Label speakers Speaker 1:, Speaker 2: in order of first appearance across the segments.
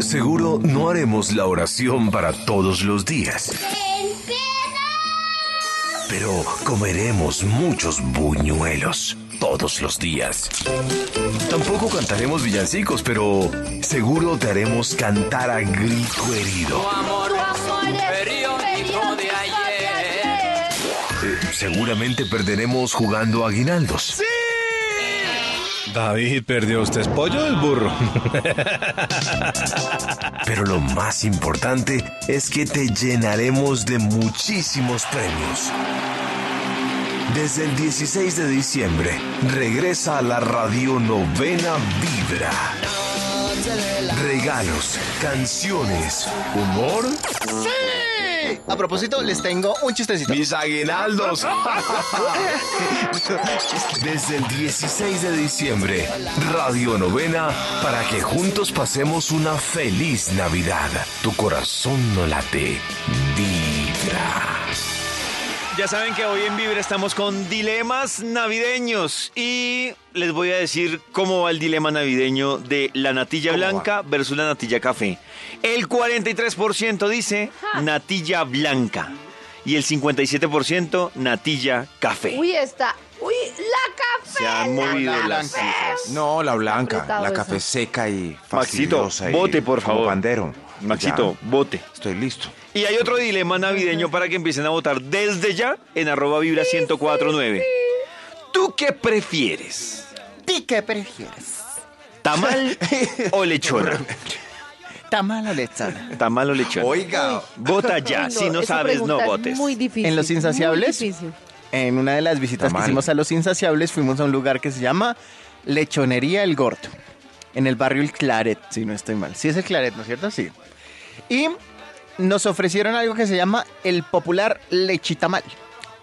Speaker 1: Seguro no haremos la oración para todos los días. Pero comeremos muchos buñuelos todos los días. Tampoco cantaremos villancicos, pero seguro te haremos cantar a grito herido.
Speaker 2: amor periódico de ayer.
Speaker 1: Eh, seguramente perderemos jugando aguinaldos.
Speaker 3: David perdió usted es pollo del burro.
Speaker 1: Pero lo más importante es que te llenaremos de muchísimos premios. Desde el 16 de diciembre regresa a la radio novena Vibra. Regalos, canciones, humor,
Speaker 4: A propósito, les tengo un chistecito.
Speaker 1: mis aguinaldos. Desde el 16 de diciembre, Radio Novena, para que juntos pasemos una feliz Navidad. Tu corazón no late, vibra.
Speaker 5: Ya saben que hoy en Vibra estamos con dilemas navideños y les voy a decir cómo va el dilema navideño de la natilla blanca versus la natilla café. El 43% dice natilla blanca y el 57% natilla café.
Speaker 6: Uy, está. Uy, la café.
Speaker 5: Se han
Speaker 6: la
Speaker 5: movido
Speaker 6: café.
Speaker 5: las cifras.
Speaker 7: No, la blanca,
Speaker 6: Apretado
Speaker 7: la
Speaker 6: eso.
Speaker 7: café seca y
Speaker 5: Maxito,
Speaker 7: fastidiosa. y
Speaker 5: vote, por
Speaker 7: como
Speaker 5: favor.
Speaker 7: Pandero.
Speaker 5: Maxito,
Speaker 7: Ya,
Speaker 5: vote.
Speaker 7: estoy listo.
Speaker 5: Y hay otro dilema navideño para que empiecen a votar desde ya en arroba vibra 1049. ¿Tú qué prefieres?
Speaker 4: ¿Ti qué prefieres?
Speaker 5: ¿Tamal o lechona?
Speaker 4: Tamal o lechona.
Speaker 5: Tamal o lechona.
Speaker 7: Oiga,
Speaker 5: Vota ya,
Speaker 6: Uy,
Speaker 5: si no
Speaker 6: esa
Speaker 5: sabes, no
Speaker 6: pregunta es
Speaker 5: votes.
Speaker 6: Muy difícil.
Speaker 4: ¿En Los
Speaker 6: muy
Speaker 4: Insaciables?
Speaker 6: difícil.
Speaker 4: En una de las visitas
Speaker 7: Tamal.
Speaker 4: que hicimos a Los Insaciables, fuimos a un lugar que se llama Lechonería El Gordo. En el barrio El Claret, si no estoy mal. Sí es El Claret, ¿no es cierto? Sí. Y nos ofrecieron algo que se llama el popular lechitamal.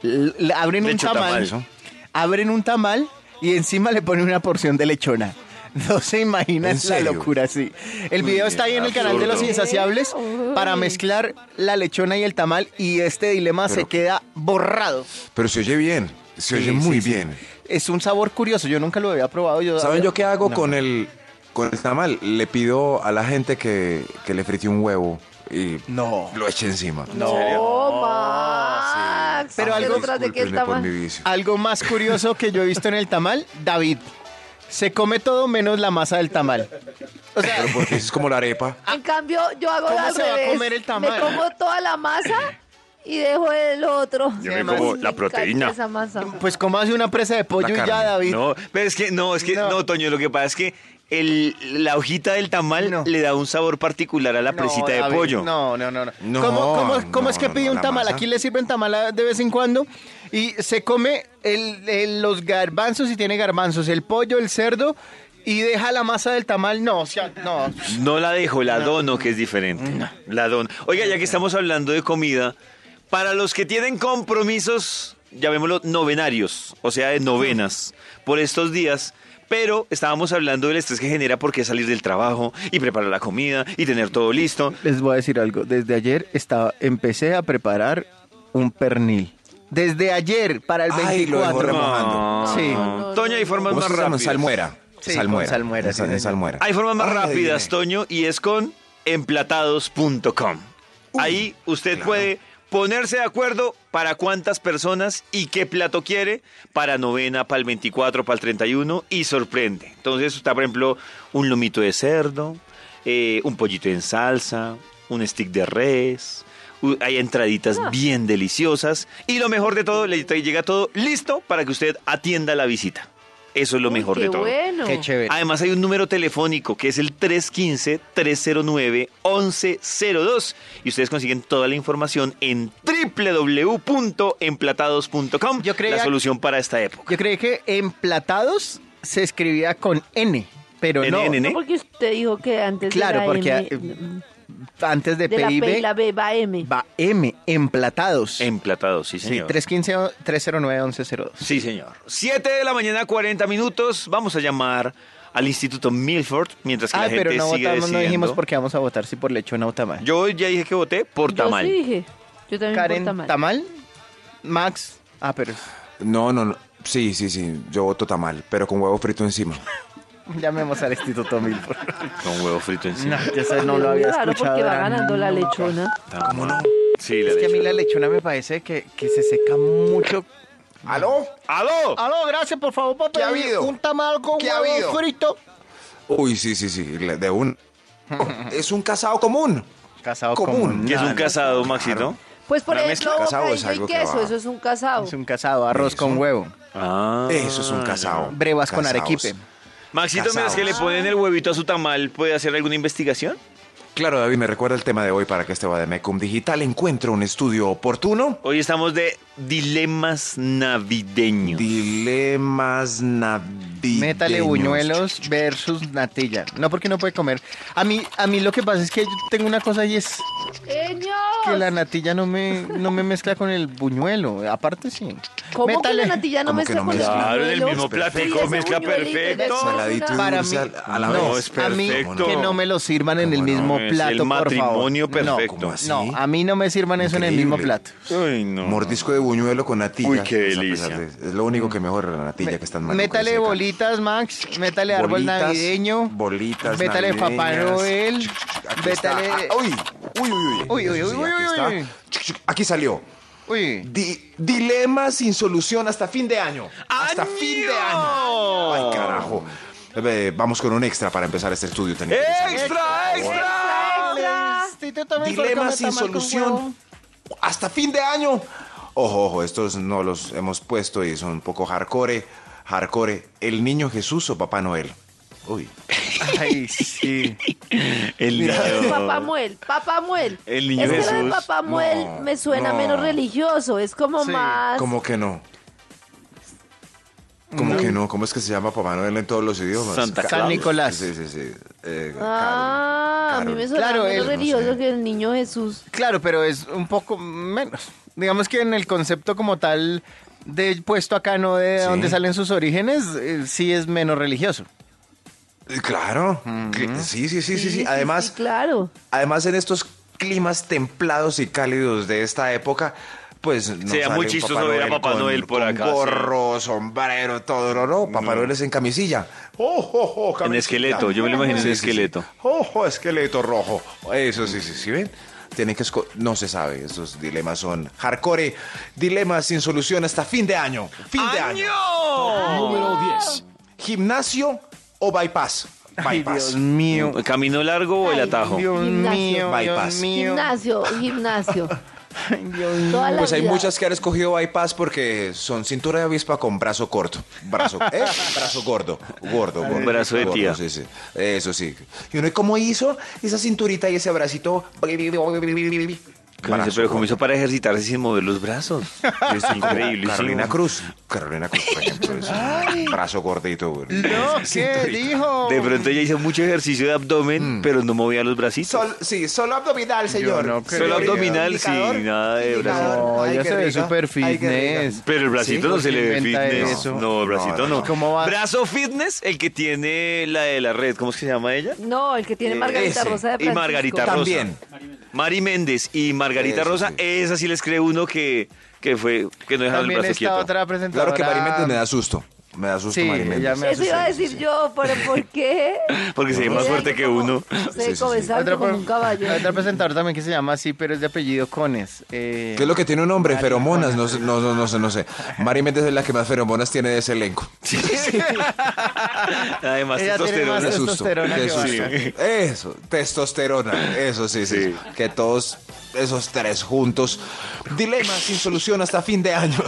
Speaker 4: L- le abren un
Speaker 5: Lechotamal,
Speaker 4: tamal.
Speaker 5: ¿no?
Speaker 4: Abren un tamal y encima le ponen una porción de lechona. No se imaginan
Speaker 7: ¿En
Speaker 4: la
Speaker 7: serio?
Speaker 4: locura, sí. El video está ahí en el canal de Los
Speaker 5: absurdo.
Speaker 4: Insaciables
Speaker 6: Uy.
Speaker 4: para mezclar la lechona y el tamal y este dilema se
Speaker 7: Pero-
Speaker 4: queda borrado.
Speaker 7: pero se oye bien, se oye
Speaker 4: Sí, sí,
Speaker 7: muy
Speaker 4: sí.
Speaker 7: bien.
Speaker 4: Es un sabor curioso, yo nunca lo había probado. Yo
Speaker 7: ¿Saben yo qué hago
Speaker 4: No.
Speaker 7: con el con el tamal? Le pido a la gente que, que le frite un huevo y
Speaker 4: No.
Speaker 7: lo eche encima.
Speaker 4: No.
Speaker 6: No, Oh, Max.
Speaker 4: Pero
Speaker 6: ¿Qué
Speaker 4: algo-
Speaker 6: detrás de que
Speaker 7: Discúlpenme
Speaker 6: está
Speaker 7: por
Speaker 6: mal?
Speaker 7: mi vicio.
Speaker 4: Algo más curioso que yo he visto en el tamal, David. Se come todo menos la masa del tamal. O sea,
Speaker 7: Pero porque eso es como la arepa.
Speaker 6: En cambio, yo hago
Speaker 4: ¿Cómo
Speaker 6: al
Speaker 4: se va a
Speaker 6: revés.
Speaker 4: comer el tamal?
Speaker 6: Me como toda la masa y dejo el otro.
Speaker 5: Yo
Speaker 4: me
Speaker 6: Además,
Speaker 4: como
Speaker 5: la
Speaker 6: encanta
Speaker 5: proteína.
Speaker 6: Esa masa.
Speaker 4: pues como hace una presa de pollo
Speaker 7: La
Speaker 4: y ya,
Speaker 7: carne.
Speaker 4: David.
Speaker 5: No, pero es que, no, es que, no,
Speaker 4: No.
Speaker 5: Toño, lo que pasa es que el, la hojita del tamal
Speaker 4: No.
Speaker 5: le da un sabor particular a la presita de
Speaker 4: David,
Speaker 5: pollo.
Speaker 4: No, no, no. no.
Speaker 7: No,
Speaker 4: ¿Cómo, cómo- cómo
Speaker 7: no,
Speaker 4: es que
Speaker 7: no,
Speaker 4: pide
Speaker 7: no,
Speaker 4: un
Speaker 7: la
Speaker 4: tamal?
Speaker 7: masa.
Speaker 4: Aquí le sirven tamal de vez en cuando y se come el- el- los garbanzos, si tiene garbanzos, el pollo, el cerdo y deja la masa del tamal. No, o sea, no.
Speaker 5: No la dejo, la dono, que es diferente. La dono. Oiga, ya que estamos hablando de comida, para los que tienen compromisos, llamémoslo novenarios, o sea, de novenas, por estos días. Pero estábamos hablando del estrés que genera porque salir del trabajo y preparar la comida y tener todo listo.
Speaker 4: Les voy a decir algo. Desde ayer estaba, empecé a preparar un pernil. Desde ayer, para el
Speaker 7: Ay, lo dejó
Speaker 4: 24.
Speaker 7: remojando.
Speaker 4: Sí.
Speaker 6: no,
Speaker 5: Toño, hay formas
Speaker 7: ¿Cómo
Speaker 5: más
Speaker 7: se llama?
Speaker 5: rápidas.
Speaker 7: Salmuera.
Speaker 4: Sí, con
Speaker 7: salmuera.
Speaker 4: salmuera,
Speaker 7: En
Speaker 4: sí,
Speaker 7: sal- en
Speaker 4: señor.
Speaker 7: salmuera.
Speaker 5: Hay formas más
Speaker 7: Ay,
Speaker 5: rápidas,
Speaker 7: adiviné.
Speaker 5: Toño, y es con emplatados.com. Ahí usted puede ponerse de acuerdo para cuántas personas y qué plato quiere para novena, para el 24, para el 31 y sorprende. Entonces está, por ejemplo, un lomito de cerdo, eh, un pollito en salsa, un stick de res. u- Hay entraditas
Speaker 6: Ah.
Speaker 5: bien deliciosas y lo mejor de todo, le llega todo listo para que usted atienda la visita. Eso es lo
Speaker 6: Uy,
Speaker 5: mejor
Speaker 6: qué
Speaker 5: de todo.
Speaker 6: bueno.
Speaker 4: Qué chévere.
Speaker 5: Además hay un número telefónico que es el 315-309-1102 y ustedes consiguen toda la información en www.emplatados.com,
Speaker 4: Yo creía-
Speaker 5: la solución para esta época.
Speaker 4: Yo creí que emplatados se escribía con N, pero
Speaker 5: ¿N,
Speaker 4: no.
Speaker 5: N, N?
Speaker 6: No, porque usted dijo que antes
Speaker 4: Claro,
Speaker 6: de la
Speaker 4: porque
Speaker 6: M,
Speaker 4: eh, antes de,
Speaker 6: de la P y
Speaker 4: PIB
Speaker 6: la B va M.
Speaker 4: va M, emplatados.
Speaker 5: Emplatados, sí
Speaker 4: sí,
Speaker 5: señor.
Speaker 4: 315-309-1102.
Speaker 5: Sí, señor. 7 de la mañana, 40 minutos. Vamos a llamar al Instituto Milford mientras que
Speaker 4: Ah,
Speaker 5: la gente
Speaker 4: pero no
Speaker 5: sigue
Speaker 4: votamos, no
Speaker 5: decidiendo.
Speaker 4: dijimos por qué vamos a votar, si por lechona o tamal.
Speaker 5: Yo ya dije que voté por tamal.
Speaker 6: Yo sí dije. Yo también
Speaker 4: Karen,
Speaker 6: por tamal.
Speaker 4: tamal. Max. Ah, pero.
Speaker 7: No, no, no. Sí, sí, sí. Yo voto tamal, pero con huevo frito encima.
Speaker 4: Llamemos al Instituto Milford.
Speaker 5: Con huevo frito encima.
Speaker 4: No, yo eso no lo había
Speaker 6: Claro,
Speaker 4: escuchado.
Speaker 6: porque va
Speaker 4: era
Speaker 6: ganando la
Speaker 4: nunca.
Speaker 6: lechona.
Speaker 5: ¿Cómo no? Sí, la
Speaker 4: Es que a mí
Speaker 5: lechona.
Speaker 4: la lechona me parece que, que se seca mucho.
Speaker 8: ¿Aló?
Speaker 5: ¡Aló!
Speaker 4: Aló, gracias, por favor, papá.
Speaker 8: ¿Qué ha habido?
Speaker 4: Un tamal con
Speaker 8: ¿Qué ha
Speaker 4: huevo
Speaker 8: habido?
Speaker 4: frito.
Speaker 7: Uy, sí, sí, sí, le- de un... es un casado común.
Speaker 4: Casado
Speaker 7: Común,
Speaker 4: común.
Speaker 5: Que es
Speaker 4: No,
Speaker 5: un
Speaker 4: no,
Speaker 5: casado, Maxito.
Speaker 6: Pues por
Speaker 5: Una
Speaker 6: ejemplo,
Speaker 5: mezcla.
Speaker 7: Casado
Speaker 6: bocadillo
Speaker 7: es algo
Speaker 6: y
Speaker 7: que
Speaker 6: queso,
Speaker 7: va.
Speaker 6: eso es un casado.
Speaker 4: Es un casado, arroz con huevo.
Speaker 5: Ah.
Speaker 7: Eso es un casado.
Speaker 4: Brevas con
Speaker 7: Casaos.
Speaker 4: arequipe.
Speaker 5: Maxito, mientras
Speaker 7: Casados.
Speaker 5: que le ponen el huevito a su tamal, ¿puede hacer alguna investigación?
Speaker 7: Claro, David, me recuerda el tema de hoy para que este Bademecum Digital encuentre un estudio oportuno.
Speaker 5: Hoy estamos de dilemas navideños.
Speaker 7: Dilemas navideños.
Speaker 4: Métale buñuelos versus natilla. No, porque no puede comer. A mí, a mí lo que pasa es que yo tengo una cosa y es que
Speaker 6: ¡Eh, ¡Señor!
Speaker 4: la natilla no me, no me mezcla con el buñuelo. Aparte, sí.
Speaker 6: ¿Cómo
Speaker 4: Métale.
Speaker 6: que la natilla no
Speaker 7: ¿Cómo
Speaker 6: me
Speaker 7: que
Speaker 6: está
Speaker 7: no
Speaker 6: con
Speaker 7: mezcla?
Speaker 5: Claro, en el
Speaker 6: buñuelo?
Speaker 5: mismo platico,
Speaker 6: Sí, ese
Speaker 5: mezcla
Speaker 6: buñuelito
Speaker 5: perfecto.
Speaker 6: versus una-
Speaker 7: Saladito y
Speaker 4: Para mí,
Speaker 7: dulce al- a la
Speaker 4: no,
Speaker 7: vez.
Speaker 5: es
Speaker 4: a mí
Speaker 5: perfecto.
Speaker 4: que no me lo sirvan en el
Speaker 7: ¿Cómo no?
Speaker 4: mismo
Speaker 5: Es
Speaker 4: plato,
Speaker 5: el matrimonio
Speaker 4: por favor. No,
Speaker 5: perfecto.
Speaker 7: ¿Cómo así?
Speaker 4: No, a mí no me sirvan eso en el
Speaker 7: Increíble.
Speaker 4: mismo plato.
Speaker 5: Ay, no.
Speaker 7: Mordisco de buñuelo con natilla.
Speaker 5: Uy, qué
Speaker 7: Pues, a pesar
Speaker 5: delicia.
Speaker 7: de- es lo único que mejora la natilla que están mal.
Speaker 4: Métale bolitas, Max. Métale árbol
Speaker 7: Bolitas,
Speaker 4: navideño.
Speaker 7: bolitas
Speaker 4: Métale Papá
Speaker 7: navideñas.
Speaker 4: Noel.
Speaker 7: Aquí está.
Speaker 4: Métale.
Speaker 7: Ah, uy, uy, uy, uy.
Speaker 4: Uy, uy,
Speaker 7: Eso sí,
Speaker 4: uy,
Speaker 7: aquí
Speaker 4: uy,
Speaker 7: está.
Speaker 4: uy.
Speaker 7: Chuc, chuc, Aquí salió.
Speaker 4: Uy.
Speaker 7: Di- dilema sin solución hasta fin de año. Hasta
Speaker 5: ¡Año!
Speaker 7: fin de año. Ay, carajo. Eh, vamos con un extra para empezar este estudio tan interesante.
Speaker 5: ¡Extra, extra!
Speaker 4: Instituto Milford
Speaker 7: Dilema
Speaker 4: come
Speaker 7: sin
Speaker 4: tamal con huevo.
Speaker 7: solución hasta fin de año. Ojo, ojo, estos no los hemos puesto y son un poco hardcore. Hardcore, ¿el niño Jesús o Papá Noel? Uy.
Speaker 4: Ay, sí.
Speaker 5: El
Speaker 6: Papá
Speaker 5: niño.
Speaker 6: Muel, Papá Muel.
Speaker 5: El niño
Speaker 6: es que lo de
Speaker 5: Jesús.
Speaker 6: Papá Muel
Speaker 7: No,
Speaker 6: me suena
Speaker 7: no.
Speaker 6: menos religioso, es como
Speaker 4: Sí,
Speaker 6: más.
Speaker 7: ¿Cómo que no? ¿Cómo que no? ¿Cómo es que se llama Papá Noel en todos los idiomas?
Speaker 5: Santa
Speaker 7: Ca-
Speaker 4: Claus. San Nicolás.
Speaker 7: Sí, sí, sí. Eh,
Speaker 6: Ah,
Speaker 7: Carol,
Speaker 6: a mí me
Speaker 7: Carol.
Speaker 6: suena
Speaker 4: Claro,
Speaker 6: menos
Speaker 4: él-
Speaker 6: religioso
Speaker 7: no sé.
Speaker 6: que el niño Jesús.
Speaker 4: Claro, pero es un poco menos. Digamos que en el concepto como tal de puesto acá, no de
Speaker 7: Sí.
Speaker 4: dónde salen sus orígenes, eh, sí es menos religioso.
Speaker 7: Eh, Claro. Cl- Sí, sí, sí, sí, sí. Además,
Speaker 6: claro.
Speaker 7: además en estos climas templados y cálidos de esta época, pues no
Speaker 5: Sería
Speaker 7: sale
Speaker 5: muy
Speaker 7: un
Speaker 5: chistoso
Speaker 7: Papá
Speaker 5: ver a Papá
Speaker 7: con-
Speaker 5: Noel por
Speaker 7: con
Speaker 5: acá, sí.
Speaker 7: Gorro, sombrero, todo, no, no. Papá Noel es en camisilla. Oh, oh, oh,
Speaker 5: En
Speaker 7: camisilla.
Speaker 5: esqueleto, yo me lo imagino en
Speaker 7: Sí, sí, sí.
Speaker 5: esqueleto.
Speaker 7: Ojo, esqueleto rojo. Eso sí, sí, sí, ven. Tienen que esco- no se sabe, estos dilemas son hardcore, dilemas sin solución hasta fin de año. Fin de año.
Speaker 9: Número 10.
Speaker 7: Gimnasio o bypass.
Speaker 4: Ay,
Speaker 7: Bypass.
Speaker 4: Dios mío.
Speaker 5: ¿El camino largo o el
Speaker 6: Ay,
Speaker 5: atajo?
Speaker 4: Dios
Speaker 6: Gimnasio.
Speaker 4: mío, Dios
Speaker 7: Bypass.
Speaker 4: mío.
Speaker 6: Gimnasio, gimnasio.
Speaker 4: Ay, Dios mío.
Speaker 6: Toda la
Speaker 7: Pues hay
Speaker 6: vida.
Speaker 7: muchas que han escogido bypass porque son cintura de avispa con brazo corto. Brazo, ¿eh? brazo gordo. Gordo, gordo.
Speaker 5: brazo de
Speaker 7: gordo,
Speaker 5: tía.
Speaker 7: sí, sí. Eso sí. Y uno, ¿cómo hizo esa cinturita y ese bracito?
Speaker 5: ¿Cómo dice?
Speaker 7: Brazo
Speaker 5: Pero
Speaker 7: gordo.
Speaker 5: como hizo para ejercitarse sin mover los brazos. Es increíble.
Speaker 7: Carolina
Speaker 5: sí.
Speaker 7: Cruz. Carolina Cruz, por ejemplo. es un brazo gordito. güey.
Speaker 4: No, ¿qué dijo?
Speaker 5: De pronto ella hizo mucho ejercicio de
Speaker 7: Mm.
Speaker 5: abdomen, pero no movía los bracitos.
Speaker 7: Sol- sí, solo abdominal, señor.
Speaker 4: no creo.
Speaker 5: Solo
Speaker 7: Señor,
Speaker 5: abdominal, sí,
Speaker 7: indicador,
Speaker 5: nada de
Speaker 7: indicador.
Speaker 5: brazo.
Speaker 4: No,
Speaker 7: Ay,
Speaker 4: ya
Speaker 7: qué
Speaker 4: se ve
Speaker 7: rica,
Speaker 4: super
Speaker 7: ay, qué rica.
Speaker 4: fitness.
Speaker 5: Pero el bracito
Speaker 4: Sí,
Speaker 5: no se
Speaker 4: ¿por
Speaker 5: le
Speaker 4: qué
Speaker 5: ve
Speaker 4: inventa
Speaker 5: fitness.
Speaker 4: eso?
Speaker 5: No, el bracito
Speaker 7: No,
Speaker 5: no.
Speaker 7: no,
Speaker 4: no. ¿Cómo va?
Speaker 5: Brazo fitness, el que tiene la de la red, ¿cómo es que se llama ella?
Speaker 6: No, el que tiene Margarita
Speaker 7: ese.
Speaker 6: Rosa de
Speaker 5: Eh, Y
Speaker 6: Francisco.
Speaker 5: Margarita Rosa.
Speaker 7: También.
Speaker 5: Mari Méndez y Margarita
Speaker 7: Eso
Speaker 5: Rosa,
Speaker 7: sí.
Speaker 5: esa sí les cree uno que, que fue, que no dejaron el
Speaker 4: También
Speaker 5: brazo
Speaker 4: está
Speaker 5: quieto.
Speaker 4: otra presentadora.
Speaker 7: Claro que Mariméndez me da susto. Me da susto
Speaker 4: Sí,
Speaker 7: Mariméndez.
Speaker 4: ella me
Speaker 6: Eso iba a
Speaker 4: asusta.
Speaker 6: decir yo, pero ¿por qué?
Speaker 5: Porque se ve más
Speaker 6: Mira,
Speaker 5: fuerte
Speaker 6: yo
Speaker 5: que
Speaker 6: como-
Speaker 5: uno.
Speaker 7: Sí,
Speaker 6: Se
Speaker 7: sí, sí.
Speaker 6: comenzaba
Speaker 4: Otra,
Speaker 6: como
Speaker 4: pre-
Speaker 6: un caballo.
Speaker 4: otra presentadora también que se llama así, pero es de apellido Cones. Eh,
Speaker 7: ¿Qué es lo que tiene un hombre? Feromonas, no sé, no, no, no sé, no sé. Mari Méndez es la que más feromonas tiene de ese elenco.
Speaker 5: Además,
Speaker 4: Ella tiene
Speaker 5: testosterona.
Speaker 4: más
Speaker 7: Qué susto,
Speaker 4: Ah, Testosterona
Speaker 7: qué
Speaker 4: que
Speaker 7: susto. Eso, testosterona, eso sí, sí,
Speaker 5: Sí.
Speaker 7: Que todos esos tres juntos. Dilemas sin solución hasta fin de año.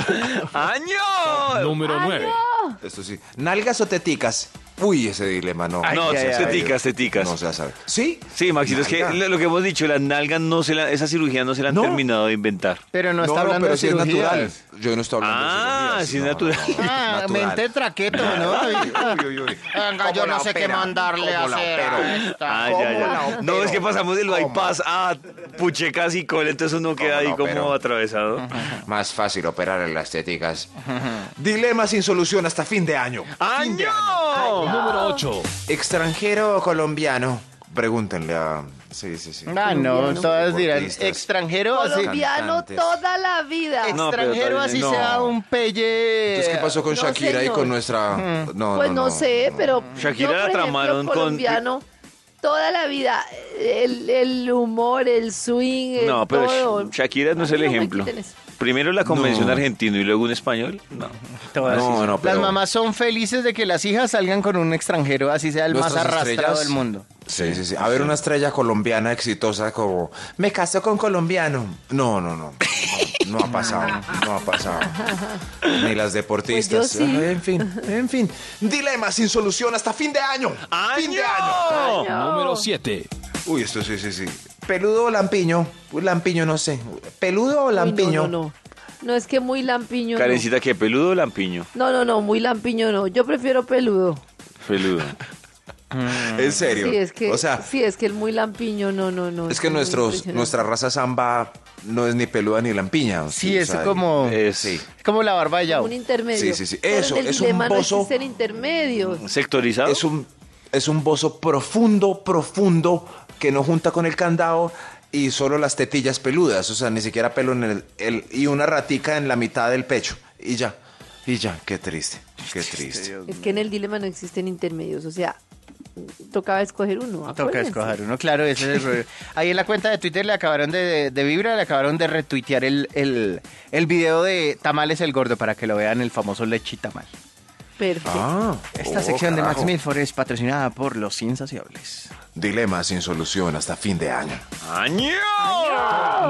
Speaker 5: ¡Año!
Speaker 9: Número 9.
Speaker 6: Ah,
Speaker 7: Esto sí. ¿Nalgas o teticas? Uy, ese dilema no.
Speaker 5: no,
Speaker 4: ay, ay.
Speaker 5: teticas, teticas.
Speaker 7: No se sabe. ¿Sí?
Speaker 5: Sí, Maxito, es que
Speaker 7: Nalga.
Speaker 5: lo lo que hemos dicho, la nalga no se la, esa cirugía no se la han
Speaker 7: No.
Speaker 5: terminado de inventar.
Speaker 4: Pero no, está hablando
Speaker 7: pero
Speaker 4: de
Speaker 7: sí es
Speaker 4: cirugías.
Speaker 7: natural. Yo no estoy hablando
Speaker 5: Ah,
Speaker 7: de cirugías.
Speaker 5: sí es
Speaker 7: No, no,
Speaker 5: natural.
Speaker 7: no, no,
Speaker 4: Ah,
Speaker 7: natural.
Speaker 4: mente traqueto, ¿no? Ah.
Speaker 7: Uy, uy, uy.
Speaker 4: Venga, yo
Speaker 7: ¿Cómo la
Speaker 4: no sé qué
Speaker 7: opera?
Speaker 4: mandarle a
Speaker 7: ¿Cómo la
Speaker 4: hacer.
Speaker 7: opero?
Speaker 4: a esta.
Speaker 5: Ah,
Speaker 7: ¿Cómo
Speaker 5: ya,
Speaker 7: la
Speaker 5: ya.
Speaker 7: opero?
Speaker 5: No, es que pasamos del
Speaker 7: ¿Cómo?
Speaker 5: bypass a puchecas y cola, entonces uno queda
Speaker 7: ¿Cómo
Speaker 5: ahí
Speaker 7: la
Speaker 5: como
Speaker 7: opero?
Speaker 5: atravesado.
Speaker 7: Más fácil operar en las téticas. Dilema sin solución hasta fin de año.
Speaker 5: ¡Año!
Speaker 9: Número 8.
Speaker 7: Extranjero o colombiano. Pregúntenle a. Sí, sí, sí.
Speaker 4: Ah, no,
Speaker 6: Colombiano.
Speaker 4: todas dirán,
Speaker 7: Deportistas.
Speaker 4: extranjero así.
Speaker 6: Colombiano
Speaker 7: Cantantes.
Speaker 6: toda la vida.
Speaker 5: No, pero
Speaker 4: Extranjero
Speaker 5: todavía
Speaker 4: así
Speaker 5: no.
Speaker 4: sea un pelle.
Speaker 7: Entonces, ¿qué pasó con
Speaker 6: no,
Speaker 7: Shakira y
Speaker 6: señor.
Speaker 7: con nuestra.? No,
Speaker 6: pues no,
Speaker 7: no,
Speaker 6: sé, pero.
Speaker 5: Shakira
Speaker 6: yo,
Speaker 5: la
Speaker 6: por ejemplo,
Speaker 5: tramaron con-
Speaker 6: colombiano, Toda la vida, el, el humor, el swing, el
Speaker 5: No, pero
Speaker 6: todo.
Speaker 5: Sh- Shakira no es
Speaker 6: A
Speaker 5: el
Speaker 6: mí me
Speaker 5: ejemplo.
Speaker 6: quiten eso.
Speaker 5: Primero la convención argentino y luego un español. No.
Speaker 4: Todas.
Speaker 7: No, no, pero-
Speaker 4: Las mamás son felices de que las hijas salgan con un extranjero, así sea el más
Speaker 7: Nuestras
Speaker 4: arrastrado
Speaker 7: estrellas.
Speaker 4: del mundo.
Speaker 7: Sí, sí, sí. A ver, una estrella colombiana exitosa como. Me casó con colombiano. No, no, no. No, no ha pasado. No ha pasado. Ni las deportistas.
Speaker 6: Pues yo sí.
Speaker 7: En fin, en fin. Dilema sin solución hasta fin de año. ¡Fin de año!
Speaker 9: Número 7.
Speaker 7: Uy, esto sí, sí, sí. ¿Peludo o lampiño? Uy, Lampiño, no sé. ¿Peludo o
Speaker 6: Uy, no,
Speaker 7: lampiño?
Speaker 6: no, no. No, es que muy lampiño. no.
Speaker 5: Karencita, ¿qué? ¿Peludo o lampiño?
Speaker 6: No, no, no, muy lampiño no. Yo prefiero peludo.
Speaker 5: Peludo.
Speaker 7: En serio.
Speaker 6: Sí, es que,
Speaker 7: O sea,
Speaker 6: sí, es que el muy lampiño, no, no, no.
Speaker 7: es que
Speaker 6: muy
Speaker 7: nuestros,
Speaker 6: impresionante.
Speaker 7: nuestra raza samba no es ni peluda ni lampiña.
Speaker 4: Sí, es
Speaker 7: o sea,
Speaker 4: como,
Speaker 5: eh,
Speaker 7: Sí.
Speaker 4: es como la barba de Yao.
Speaker 6: Un intermedio.
Speaker 7: Sí, sí, sí.
Speaker 6: Pero
Speaker 7: Eso,
Speaker 6: en el
Speaker 7: es un Mm,
Speaker 6: dilema
Speaker 7: bozo.
Speaker 6: No existen intermedios.
Speaker 5: ¿Sectorizado?
Speaker 7: Es un, es un bozo profundo, profundo, que no junta con el candado y solo las tetillas peludas. O sea, ni siquiera pelo en el. el- y una ratica en la mitad del pecho. Y ya. Y ya. Qué triste. Qué triste.
Speaker 6: Es que en el dilema no existen intermedios. O sea, tocaba escoger uno.
Speaker 4: Toca
Speaker 6: acuérdense.
Speaker 4: escoger uno, claro, ese es el rollo. Ahí en la cuenta de Twitter le acabaron de, de, de vibra, le acabaron de retuitear el, el, el video de Tamales el Gordo para que lo vean, el famoso Lechi Tamal.
Speaker 6: Perfecto.
Speaker 7: Ah,
Speaker 4: Esta
Speaker 7: oh,
Speaker 4: sección de Max
Speaker 7: carajo.
Speaker 4: Milford es patrocinada por Los Insaciables.
Speaker 7: Dilema sin solución hasta fin de año.
Speaker 5: ¡Año!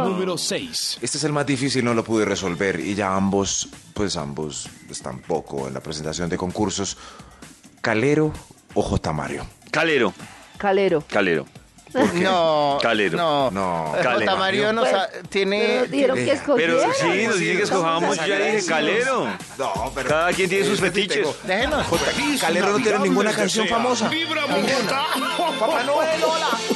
Speaker 9: Número 6.
Speaker 7: Este es el más difícil, no lo pude resolver y ya ambos, pues ambos están poco en la presentación de concursos. Calero o J. Mario.
Speaker 5: Calero.
Speaker 6: Calero.
Speaker 5: Calero.
Speaker 4: No,
Speaker 5: Calero.
Speaker 4: no,
Speaker 7: No,
Speaker 5: Calero.
Speaker 4: Jota Mario nos
Speaker 6: Pues,
Speaker 4: ha- tiene...
Speaker 6: Pero nos dijeron que
Speaker 7: Eh, Pero
Speaker 5: Pero
Speaker 6: escogieron.
Speaker 5: sí, nos dice que escojamos, yo ya dije calero.
Speaker 7: No, pero.
Speaker 5: Cada quien tiene sus
Speaker 7: Este sí
Speaker 5: fetiches.
Speaker 7: tengo.
Speaker 4: Déjenos.
Speaker 7: J. Calero no tiene ninguna canción famosa. Papá Noel, hola.